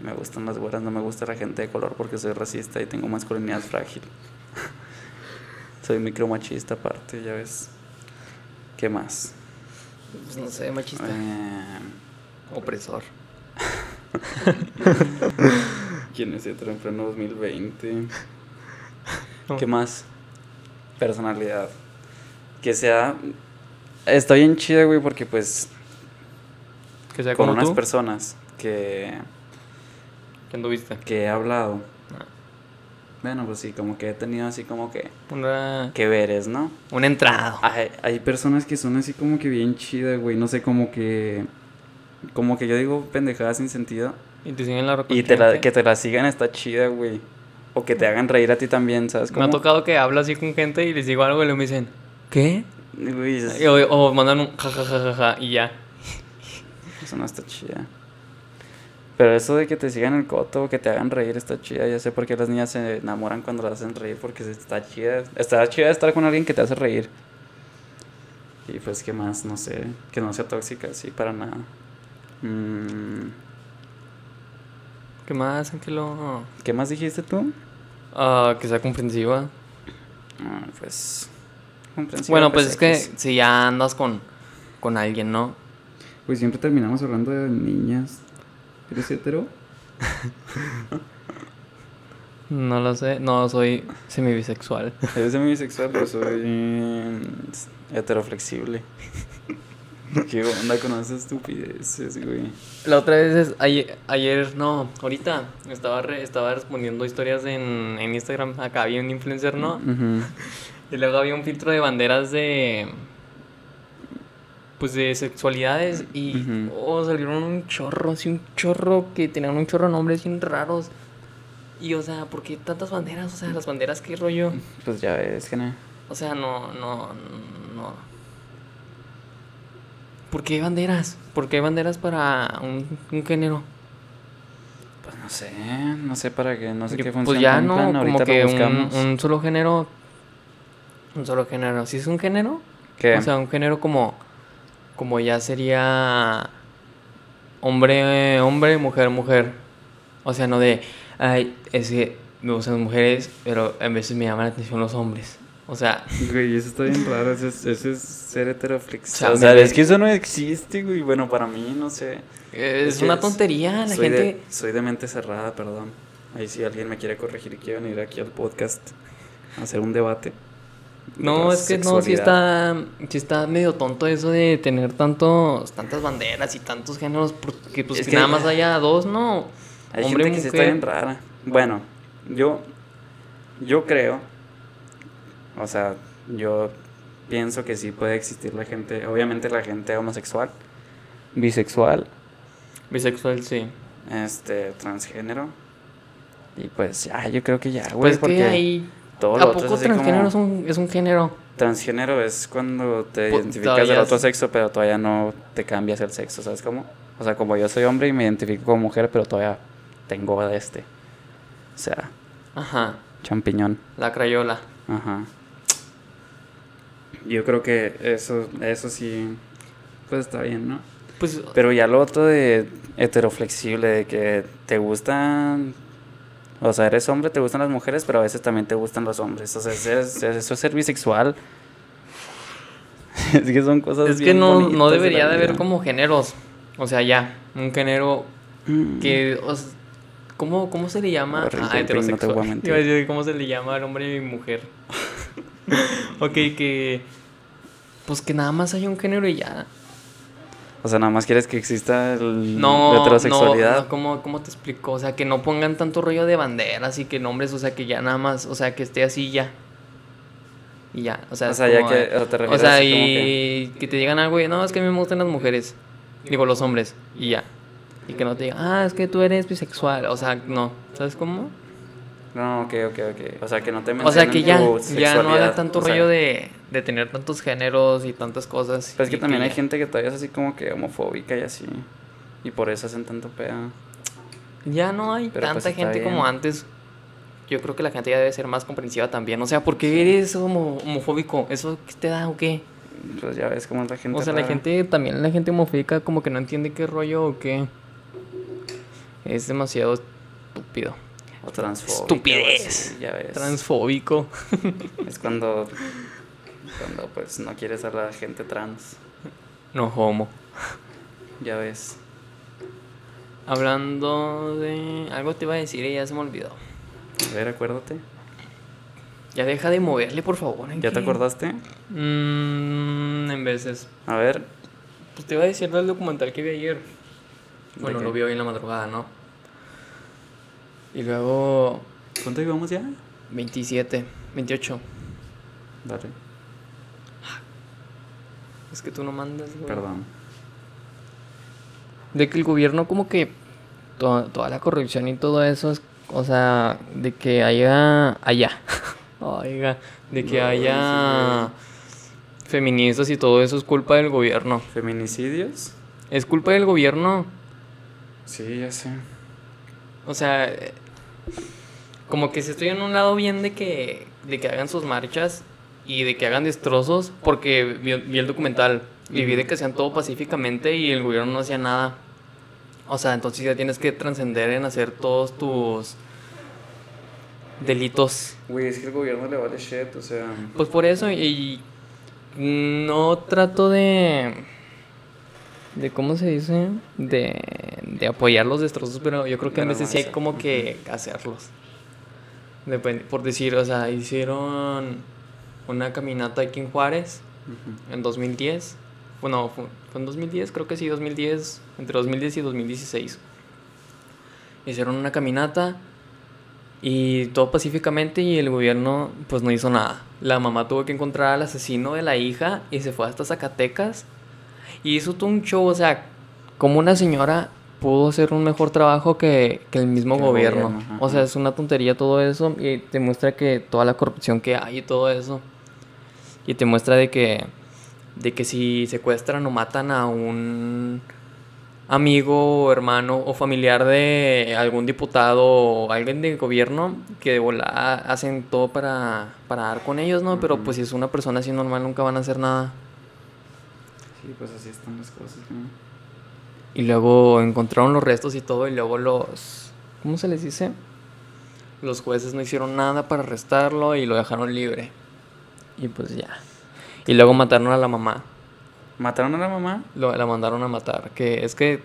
Speaker 2: Me gustan las güeras, no me gusta la gente de color porque soy racista y tengo masculinidad frágil. soy micromachista aparte, ya ves. ¿Qué más?
Speaker 1: Pues no sé, machista.
Speaker 2: Eh...
Speaker 1: Opresor.
Speaker 2: ¿Quién es otro en pleno 2020? ¿Qué más? Personalidad. Que sea. Está bien chida, güey, porque pues.
Speaker 1: Que sea
Speaker 2: Con
Speaker 1: como
Speaker 2: unas
Speaker 1: tú.
Speaker 2: personas que,
Speaker 1: ¿Qué anduviste?
Speaker 2: que he hablado.
Speaker 1: Ah.
Speaker 2: Bueno, pues sí, como que he tenido así como que.
Speaker 1: Una,
Speaker 2: Que veres, ¿no?
Speaker 1: un entrado.
Speaker 2: Hay, hay personas que son así como que bien chidas, güey. No sé, como que. Como que yo digo pendejadas sin sentido.
Speaker 1: Y te siguen la
Speaker 2: Y te la,
Speaker 1: corriente.
Speaker 2: que te la sigan está chida, güey. O que te hagan reír a ti también, ¿sabes?
Speaker 1: Ah. Me ha
Speaker 2: cómo?
Speaker 1: tocado que hablo así con gente y les digo algo y luego me dicen, ¿qué?
Speaker 2: Güey, es-
Speaker 1: Y- O, o mandan un jajajajaja y ya.
Speaker 2: Eso no está chida. Pero eso de que te sigan el coto o que te hagan reír está chida. Ya sé por qué las niñas se enamoran cuando las hacen reír, porque se- está chida. Está chida estar con alguien que te hace reír. Y pues, ¿qué más? No sé. Que no sea tóxica, sí, para nada. Mm,
Speaker 1: ¿Qué más, Ángelo?
Speaker 2: ¿Qué más dijiste tú?
Speaker 1: Ah, que sea comprensiva.
Speaker 2: Ah, pues. comprensiva,
Speaker 1: bueno, pues es que
Speaker 2: X.
Speaker 1: si ya andas con, con alguien, ¿no?
Speaker 2: Pues siempre terminamos hablando de niñas. ¿Eres hetero?
Speaker 1: No lo sé. No, soy semibisexual.
Speaker 2: Eres bisexual, pero soy eh, heteroflexible. ¿Qué onda con esas estupideces, güey?
Speaker 1: La otra vez, es, ayer, ayer, no, ahorita estaba, re- estaba respondiendo historias en, en Instagram. Acá había un influencer, ¿no?
Speaker 2: Ujú.
Speaker 1: Y luego había un filtro de banderas de. Pues de sexualidades. Y.
Speaker 2: Ujú.
Speaker 1: Oh, salieron un chorro, así un chorro que tenían un chorro de nombres bien raros. Y, o sea, ¿por qué tantas banderas? O sea, las banderas, qué rollo.
Speaker 2: Pues ya ves, que no.
Speaker 1: O sea, no, no, no. ¿Por qué banderas? ¿Por qué banderas para un, un género?
Speaker 2: Pues no sé, no sé para qué, no sé
Speaker 1: Yo-
Speaker 2: qué funciona.
Speaker 1: pues ya no, como que un,
Speaker 2: buscamos.
Speaker 1: un solo género Un solo género. ¿Sí es un género?
Speaker 2: ¿Qué?
Speaker 1: O sea, un género como. Como ya sería. Hombre, hombre, mujer, mujer. O sea, no de. Ay, es que me gustan las mujeres, pero a veces me llaman la atención los hombres. O sea,
Speaker 2: Güey, eso está bien raro, eso es, eso es ser heteroflexo.
Speaker 1: Chale,
Speaker 2: O sea,
Speaker 1: güey.
Speaker 2: es que eso no existe, güey. Bueno, para mí, no sé.
Speaker 1: es,
Speaker 2: Es que
Speaker 1: una
Speaker 2: es-
Speaker 1: tontería. Ah, La
Speaker 2: soy,
Speaker 1: gente.
Speaker 2: de, soy de mente cerrada, perdón. Ahí si alguien me quiere corregir y quiere venir aquí al podcast a hacer un debate. de
Speaker 1: No,
Speaker 2: la
Speaker 1: es que no, sí
Speaker 2: sexualidad.
Speaker 1: está, sí está medio tonto eso de tener tantos, tantas banderas y tantos géneros, porque pues
Speaker 2: Es
Speaker 1: que
Speaker 2: que- eh,
Speaker 1: nada más haya dos, no.
Speaker 2: Hay
Speaker 1: hombre,
Speaker 2: gente que sí está
Speaker 1: mujer.
Speaker 2: bien rara. Bueno, yo, yo creo, o sea, yo pienso que sí puede existir la gente, obviamente la gente homosexual, bisexual,
Speaker 1: Bisexual, sí.
Speaker 2: este, transgénero. Y pues ya, yo creo que ya, güey.
Speaker 1: Pues
Speaker 2: porque
Speaker 1: que ahí,
Speaker 2: todo
Speaker 1: ¿a
Speaker 2: lo otro
Speaker 1: poco
Speaker 2: es así como-
Speaker 1: transgénero es, un, es un género?
Speaker 2: Transgénero es cuando te
Speaker 1: Pues,
Speaker 2: identificas del
Speaker 1: todavía
Speaker 2: otro
Speaker 1: es-
Speaker 2: sexo, pero todavía no te cambias el sexo, ¿sabes cómo? O sea, como yo soy hombre y me identifico como mujer, pero todavía tengo de este. O sea,
Speaker 1: Ajá,
Speaker 2: champiñón.
Speaker 1: la crayola.
Speaker 2: Ajá. Yo creo que eso, eso sí, pues está bien, ¿no?
Speaker 1: Pues,
Speaker 2: Pero ya lo otro de heteroflexible, de que te gustan... O sea, eres hombre, te gustan las mujeres, pero a veces también te gustan los hombres. O sea, es- es- eso es ser bisexual. Es que son cosas
Speaker 1: es que
Speaker 2: bien
Speaker 1: no,
Speaker 2: bonitas
Speaker 1: no
Speaker 2: la
Speaker 1: debería de haber
Speaker 2: vida.
Speaker 1: como géneros. O sea, ya, un género
Speaker 2: Mm.
Speaker 1: que... o s- ¿Cómo, ¿Cómo se le llama
Speaker 2: Horrible,
Speaker 1: a
Speaker 2: no te voy a
Speaker 1: heterosexual?
Speaker 2: mentir.
Speaker 1: Iba a decir, ¿Cómo se le llama al hombre y mujer? ok, que... Pues que nada más hay un género y ya.
Speaker 2: O sea, nada más quieres que exista el,
Speaker 1: No,
Speaker 2: la
Speaker 1: no,
Speaker 2: Mm, heterosexualidad.
Speaker 1: no, ¿cómo, ¿Cómo te explico? O sea, que no pongan tanto rollo de banderas y que nombres, o sea, que ya nada más, o sea, que esté así y ya. Y ya, o sea,
Speaker 2: o
Speaker 1: es
Speaker 2: sea, ya
Speaker 1: como,
Speaker 2: que...
Speaker 1: eh,
Speaker 2: O, te
Speaker 1: O
Speaker 2: refieres
Speaker 1: sea,
Speaker 2: así como que-
Speaker 1: y que... te digan algo y no, es que a mí me gustan las mujeres. Digo, los hombres, y ya. Y que no te digan, ah, es que tú eres bisexual. O sea, no. ¿Sabes cómo?
Speaker 2: No, ok, ok, ok. O sea, que no te
Speaker 1: O sea, que ya,
Speaker 2: mencionen tu
Speaker 1: ya no haga
Speaker 2: sexualidad,
Speaker 1: tanto
Speaker 2: o sea,
Speaker 1: rollo de, de tener tantos géneros y tantas cosas.
Speaker 2: Pero pues es que
Speaker 1: y
Speaker 2: también hay
Speaker 1: ya.
Speaker 2: gente que todavía es así como que homofóbica y así. Y por eso hacen tanto pedo.
Speaker 1: Ya no hay
Speaker 2: Pero, pues,
Speaker 1: tanta
Speaker 2: está
Speaker 1: gente como
Speaker 2: bien.
Speaker 1: antes. Yo creo que la gente ya debe ser más comprensiva también. O sea, ¿por qué eres homo- homofóbico? ¿Eso qué te da o qué?
Speaker 2: Pues ya ves cómo es la gente.
Speaker 1: O sea, la
Speaker 2: rara.
Speaker 1: gente, también la gente homofóbica como que no entiende qué rollo o qué. Es demasiado estúpido.
Speaker 2: O transfóbica. o
Speaker 1: Estupidez.
Speaker 2: así, ya ves.
Speaker 1: Transfóbico.
Speaker 2: Es cuando. Cuando pues no quieres a la gente trans.
Speaker 1: No homo.
Speaker 2: Ya ves.
Speaker 1: Hablando de... Algo te iba a decir y ya se me olvidó.
Speaker 2: A ver, acuérdate.
Speaker 1: Ya deja de moverle, por favor. ¿en
Speaker 2: ¿Ya te
Speaker 1: qué?
Speaker 2: acordaste?
Speaker 1: Mm, en veces.
Speaker 2: A ver.
Speaker 1: Pues te iba a decir del documental que vi ayer.
Speaker 2: ¿de
Speaker 1: Bueno,
Speaker 2: qué?
Speaker 1: lo vi hoy en la madrugada, ¿no? Y luego
Speaker 2: ¿Cuánto llevamos ya?
Speaker 1: 27, 28.
Speaker 2: Dale.
Speaker 1: Es que tú no mandas, güey.
Speaker 2: Perdón.
Speaker 1: De que el gobierno como que to- toda la corrupción y todo eso es, o sea, de que haya allá. Oiga, de que
Speaker 2: No,
Speaker 1: haya feministas y todo eso es culpa del gobierno.
Speaker 2: ¿Feminicidios?
Speaker 1: Es culpa del gobierno.
Speaker 2: Sí, ya sé.
Speaker 1: O sea, eh, como que se estoy en un lado bien de que, de que hagan sus marchas y de que hagan destrozos, porque vi, vi el documental y vi de que hacían todo pacíficamente y el gobierno no hacía nada. O sea, entonces ya tienes que trascender en hacer todos tus delitos.
Speaker 2: Güey, es que el gobierno le vale shit, o sea.
Speaker 1: Pues por eso, y no trato de. de ¿Cómo se dice? De, de apoyar los destrozos, pero yo creo que a
Speaker 2: De
Speaker 1: veces sí hay
Speaker 2: normalizar,
Speaker 1: como que hacerlos. Depende, por decir, o sea, hicieron una caminata aquí en Juárez en 2010. Bueno, fue, fue en 2010, creo que sí, 2010, entre 2010 y 2016. Hicieron una caminata y todo pacíficamente y el gobierno pues no hizo nada. La mamá tuvo que encontrar al asesino de la hija y se fue hasta Zacatecas y hizo todo un show, o sea, como una señora pudo hacer un mejor trabajo que, que el mismo
Speaker 2: Que el
Speaker 1: gobierno.
Speaker 2: gobierno, ajá.
Speaker 1: o sea, es una tontería todo eso y te muestra que toda la corrupción que hay y todo eso. Y te muestra de que de que si secuestran o matan a un amigo, o hermano o familiar de algún diputado o alguien del gobierno que de volada hacen todo para, para dar con ellos, ¿no? Pero pues si es una persona así normal nunca van a hacer nada.
Speaker 2: Sí, pues así están las cosas.
Speaker 1: Y luego encontraron los restos y todo y luego los... ¿Cómo se les dice? Los jueces no hicieron nada para arrestarlo y lo dejaron libre. Y pues ya. Y luego mataron a la mamá.
Speaker 2: ¿Mataron a la mamá?
Speaker 1: Lo, la mandaron a matar. Que es que,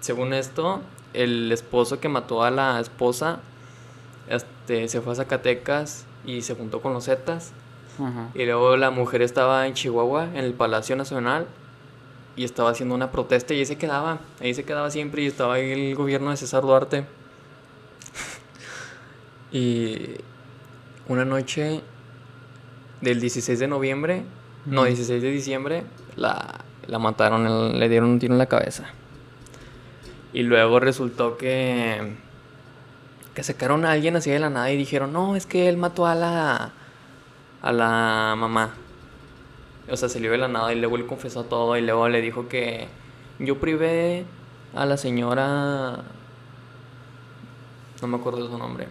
Speaker 1: según esto, el esposo que mató a la esposa este, se fue a Zacatecas y se juntó con los Zetas.
Speaker 2: Ajá.
Speaker 1: Y luego la mujer estaba en Chihuahua, en el Palacio Nacional, y estaba haciendo una protesta y ahí se quedaba. Ahí se quedaba siempre y estaba ahí el gobierno de César Duarte. y una noche del 16 de noviembre, no,
Speaker 2: Ujú.
Speaker 1: 16 de diciembre, la, la mataron, el- le dieron un tiro en la cabeza. Y luego resultó que, que sacaron a alguien así de la nada y dijeron, no, es que él mató a la, a la mamá. O sea, salió de la nada y luego él confesó todo y luego le dijo que yo privé a la señora... No me acuerdo de su nombre.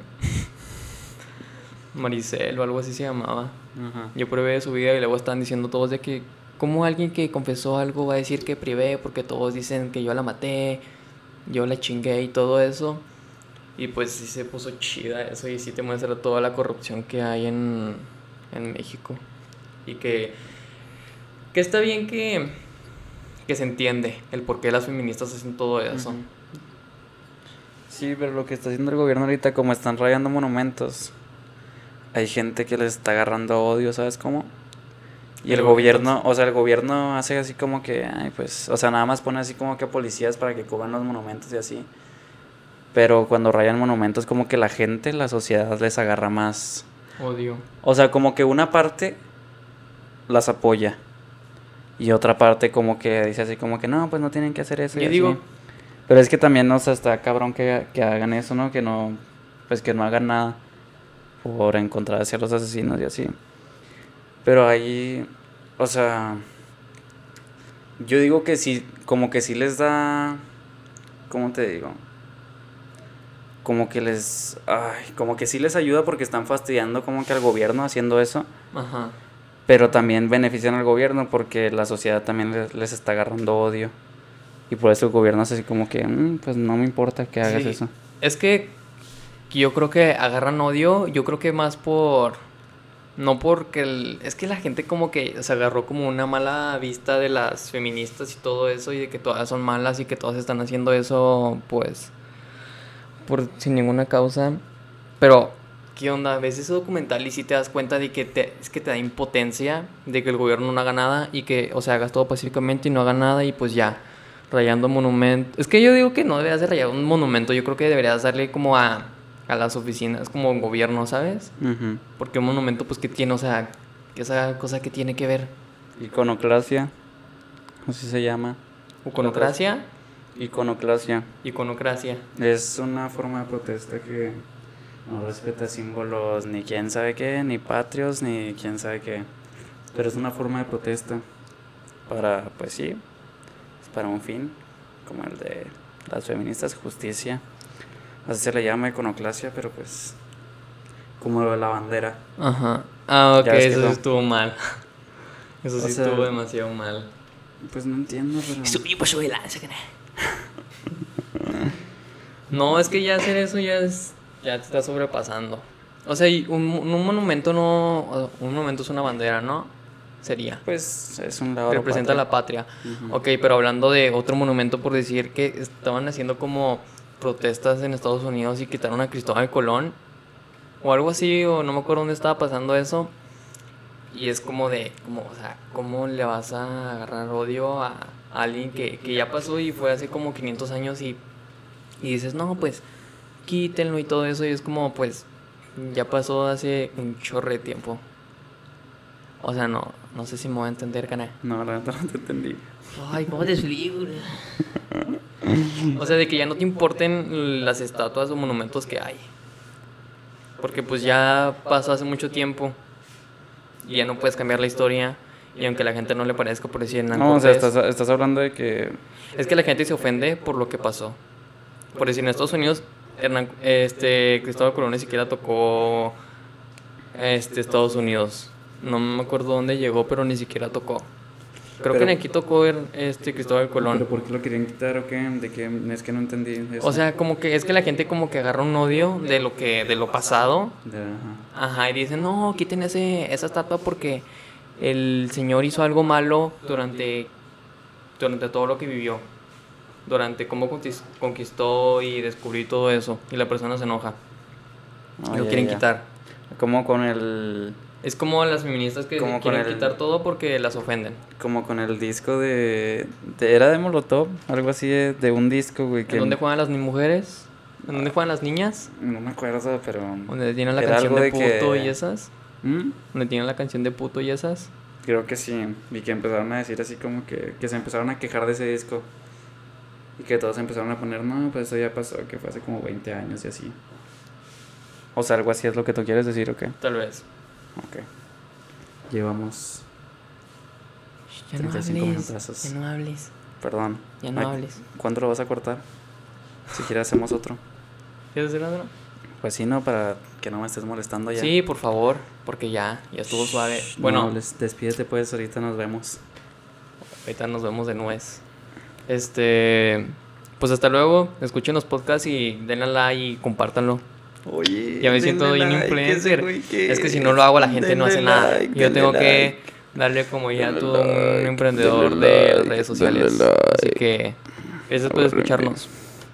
Speaker 1: Maricel o algo así se llamaba.
Speaker 2: Ajá.
Speaker 1: Yo privé de su vida y luego están diciendo todos de que, ¿cómo alguien que confesó algo va a decir que privé? Porque todos dicen que yo la maté, yo la chingué y todo eso. Y pues sí se puso chida eso y sí te muestra toda la corrupción que hay en, en México. Y que, que está bien que, que se entiende el por qué las feministas hacen todo eso.
Speaker 2: Ujú. Sí, pero lo que está haciendo el gobierno ahorita, como están rayando monumentos, hay gente que les está agarrando odio, ¿sabes cómo? Y
Speaker 1: El
Speaker 2: el gobierno, o sea, el gobierno hace así como que, ay, pues, o sea, nada más pone así como que policías para que cubran los monumentos y así. Pero cuando rayan monumentos, como que la gente, la sociedad les agarra más.
Speaker 1: Odio.
Speaker 2: O sea, como que una parte las apoya. Y otra parte como que dice así como que no, pues no tienen que hacer eso. y
Speaker 1: Yo
Speaker 2: así.
Speaker 1: digo-
Speaker 2: Pero es que también, o sea, está cabrón que, que hagan eso, ¿no? Que no, pues que no hagan nada por encontrar hacia los asesinos y así. Pero ahí, o sea, yo digo que sí, como que sí les da, ¿cómo te digo? Como que les, ay, como que sí les ayuda porque están fastidiando como que al gobierno haciendo eso,
Speaker 1: Ajá.
Speaker 2: pero también benefician al gobierno porque la sociedad también les, les está agarrando odio. Y por eso el gobierno hace así como que, "Mm, pues no me importa que hagas
Speaker 1: Sí,
Speaker 2: eso.
Speaker 1: Es que yo creo que agarran odio, yo creo que más por... No porque el- es que la gente como que se agarró como una mala vista de las feministas y todo eso y de que todas son malas y que todas están haciendo eso pues por sin ninguna causa. Pero ¿qué onda? Ves ese documental y si te das cuenta de que te, es que te da impotencia de que el gobierno no haga nada y que o sea, hagas todo pacíficamente y no haga nada y pues ya rayando monumentos. Es que yo digo que no deberías de rayar un monumento, yo creo que deberías darle como a, a las oficinas, como un gobierno, ¿sabes?
Speaker 2: Ujú.
Speaker 1: Porque un monumento, pues, que tiene? O sea, esa cosa que tiene que ver.
Speaker 2: Iconoclasia, así se llama.
Speaker 1: Iconocracia,
Speaker 2: Iconoclasia.
Speaker 1: iconocracia.
Speaker 2: Es una forma de protesta que no respeta símbolos ni quién sabe qué, ni patrios, ni quién sabe qué. Pero es una forma de protesta para, pues sí, es para un fin, como el de las feministas, justicia. Así se le llama iconoclasia, pero pues como lo de la bandera.
Speaker 1: Ajá. Ah, ok,
Speaker 2: Ya ves que
Speaker 1: eso sí
Speaker 2: no.
Speaker 1: estuvo mal. Eso
Speaker 2: O
Speaker 1: sí
Speaker 2: sea-
Speaker 1: estuvo demasiado mal.
Speaker 2: Pues no entiendo, pero...
Speaker 1: No, es que ya hacer eso ya es. Ya te está sobrepasando. O sea, y un, un monumento no. Un monumento es una bandera, ¿no? Sería.
Speaker 2: Pues es un lado...
Speaker 1: Representa la patria.
Speaker 2: Ujú.
Speaker 1: Ok, pero hablando de otro monumento, por decir que estaban haciendo como protestas en Estados Unidos y quitaron a Cristóbal Colón o algo así, o no me acuerdo dónde estaba pasando eso. Y es como de, como, o sea, ¿cómo le vas a agarrar odio a, a alguien que, que ya pasó y fue hace como 500 años y, y dices, no, pues quítenlo y todo eso? Y es como, pues, ya pasó hace un chorre de tiempo. O sea, no, no sé si me voy a entender, canal.
Speaker 2: No, la verdad no te entendí.
Speaker 1: Ay, ¿cómo te explico? O sea, de que ya no te importen las estatuas o monumentos que hay. Porque pues ya pasó hace mucho tiempo. Y ya no puedes cambiar la historia. Y aunque la gente no le parezca por decir Hernán
Speaker 2: No, o sea,
Speaker 1: Cortés,
Speaker 2: estás, estás hablando de que.
Speaker 1: es que la gente se ofende por lo que pasó. Por decir, en Estados Unidos, Hernán- este, Cristóbal Colón ni siquiera tocó este, Estados Unidos. No me acuerdo dónde llegó, pero ni siquiera tocó. Creo
Speaker 2: Pero-
Speaker 1: que en aquí tocó Her- este, Cristóbal Colón.
Speaker 2: ¿Pero por qué lo querían quitar o qué? De que es que no entendí eso.
Speaker 1: O sea, como que es que la gente como que agarra un odio de lo que de lo pasado,
Speaker 2: De- ajá.
Speaker 1: ajá, y dicen, "No, quiten ese esa estatua porque el señor hizo algo malo durante durante todo lo que vivió, durante cómo conquis- conquistó y descubrió todo eso." Y la persona se enoja
Speaker 2: Ah,
Speaker 1: y lo
Speaker 2: ya,
Speaker 1: quieren
Speaker 2: ya.
Speaker 1: quitar.
Speaker 2: Como con el.
Speaker 1: Es como las feministas que
Speaker 2: Como con
Speaker 1: quieren
Speaker 2: el-
Speaker 1: quitar todo porque las ofenden.
Speaker 2: Como con el disco de, de- Era de Molotov, algo así de, de un disco, güey. Que
Speaker 1: ¿En dónde juegan las ni- mujeres? ¿En dónde juegan las niñas?
Speaker 2: No me acuerdo, pero.
Speaker 1: ¿Donde tienen la
Speaker 2: Era
Speaker 1: canción
Speaker 2: algo
Speaker 1: de,
Speaker 2: de que-
Speaker 1: puto y esas?
Speaker 2: ¿Mm?
Speaker 1: ¿Donde tienen la canción de puto y esas?
Speaker 2: Creo que sí. Y que empezaron a decir así como que, que se empezaron a quejar de ese disco. Y que todos empezaron a poner, no, pues eso ya pasó, que fue hace como 20 años y así. O sea, algo así es lo que tú quieres decir, ¿o qué?
Speaker 1: Tal vez.
Speaker 2: Ok. Llevamos.
Speaker 1: Ya no
Speaker 2: 35
Speaker 1: hables.
Speaker 2: minutazos.
Speaker 1: Ya no hables.
Speaker 2: Perdón.
Speaker 1: Ya no
Speaker 2: Ay,
Speaker 1: hables.
Speaker 2: ¿Cuándo lo vas a cortar? Si quieres, hacemos otro.
Speaker 1: ¿Quieres decir algo?
Speaker 2: Pues sí, no, para que no me estés molestando ya.
Speaker 1: Sí, por favor, porque ya, ya estuvo suave.
Speaker 2: Shh,
Speaker 1: Bueno,
Speaker 2: no, les, despídete pues, ahorita nos vemos.
Speaker 1: ahorita nos vemos de nuez. Este, pues hasta luego. Escuchen los podcasts y denle like y compártanlo.
Speaker 2: Oye.
Speaker 1: Ya me siento bien influencer. Es que si no lo hago la gente no hace nada. Y Yo tengo que darle como ya
Speaker 2: Denle
Speaker 1: todo un
Speaker 2: like,
Speaker 1: emprendedor
Speaker 2: denle
Speaker 1: de
Speaker 2: like,
Speaker 1: redes sociales.
Speaker 2: denle
Speaker 1: Así que gracias por
Speaker 2: Agárrenme.
Speaker 1: escucharnos.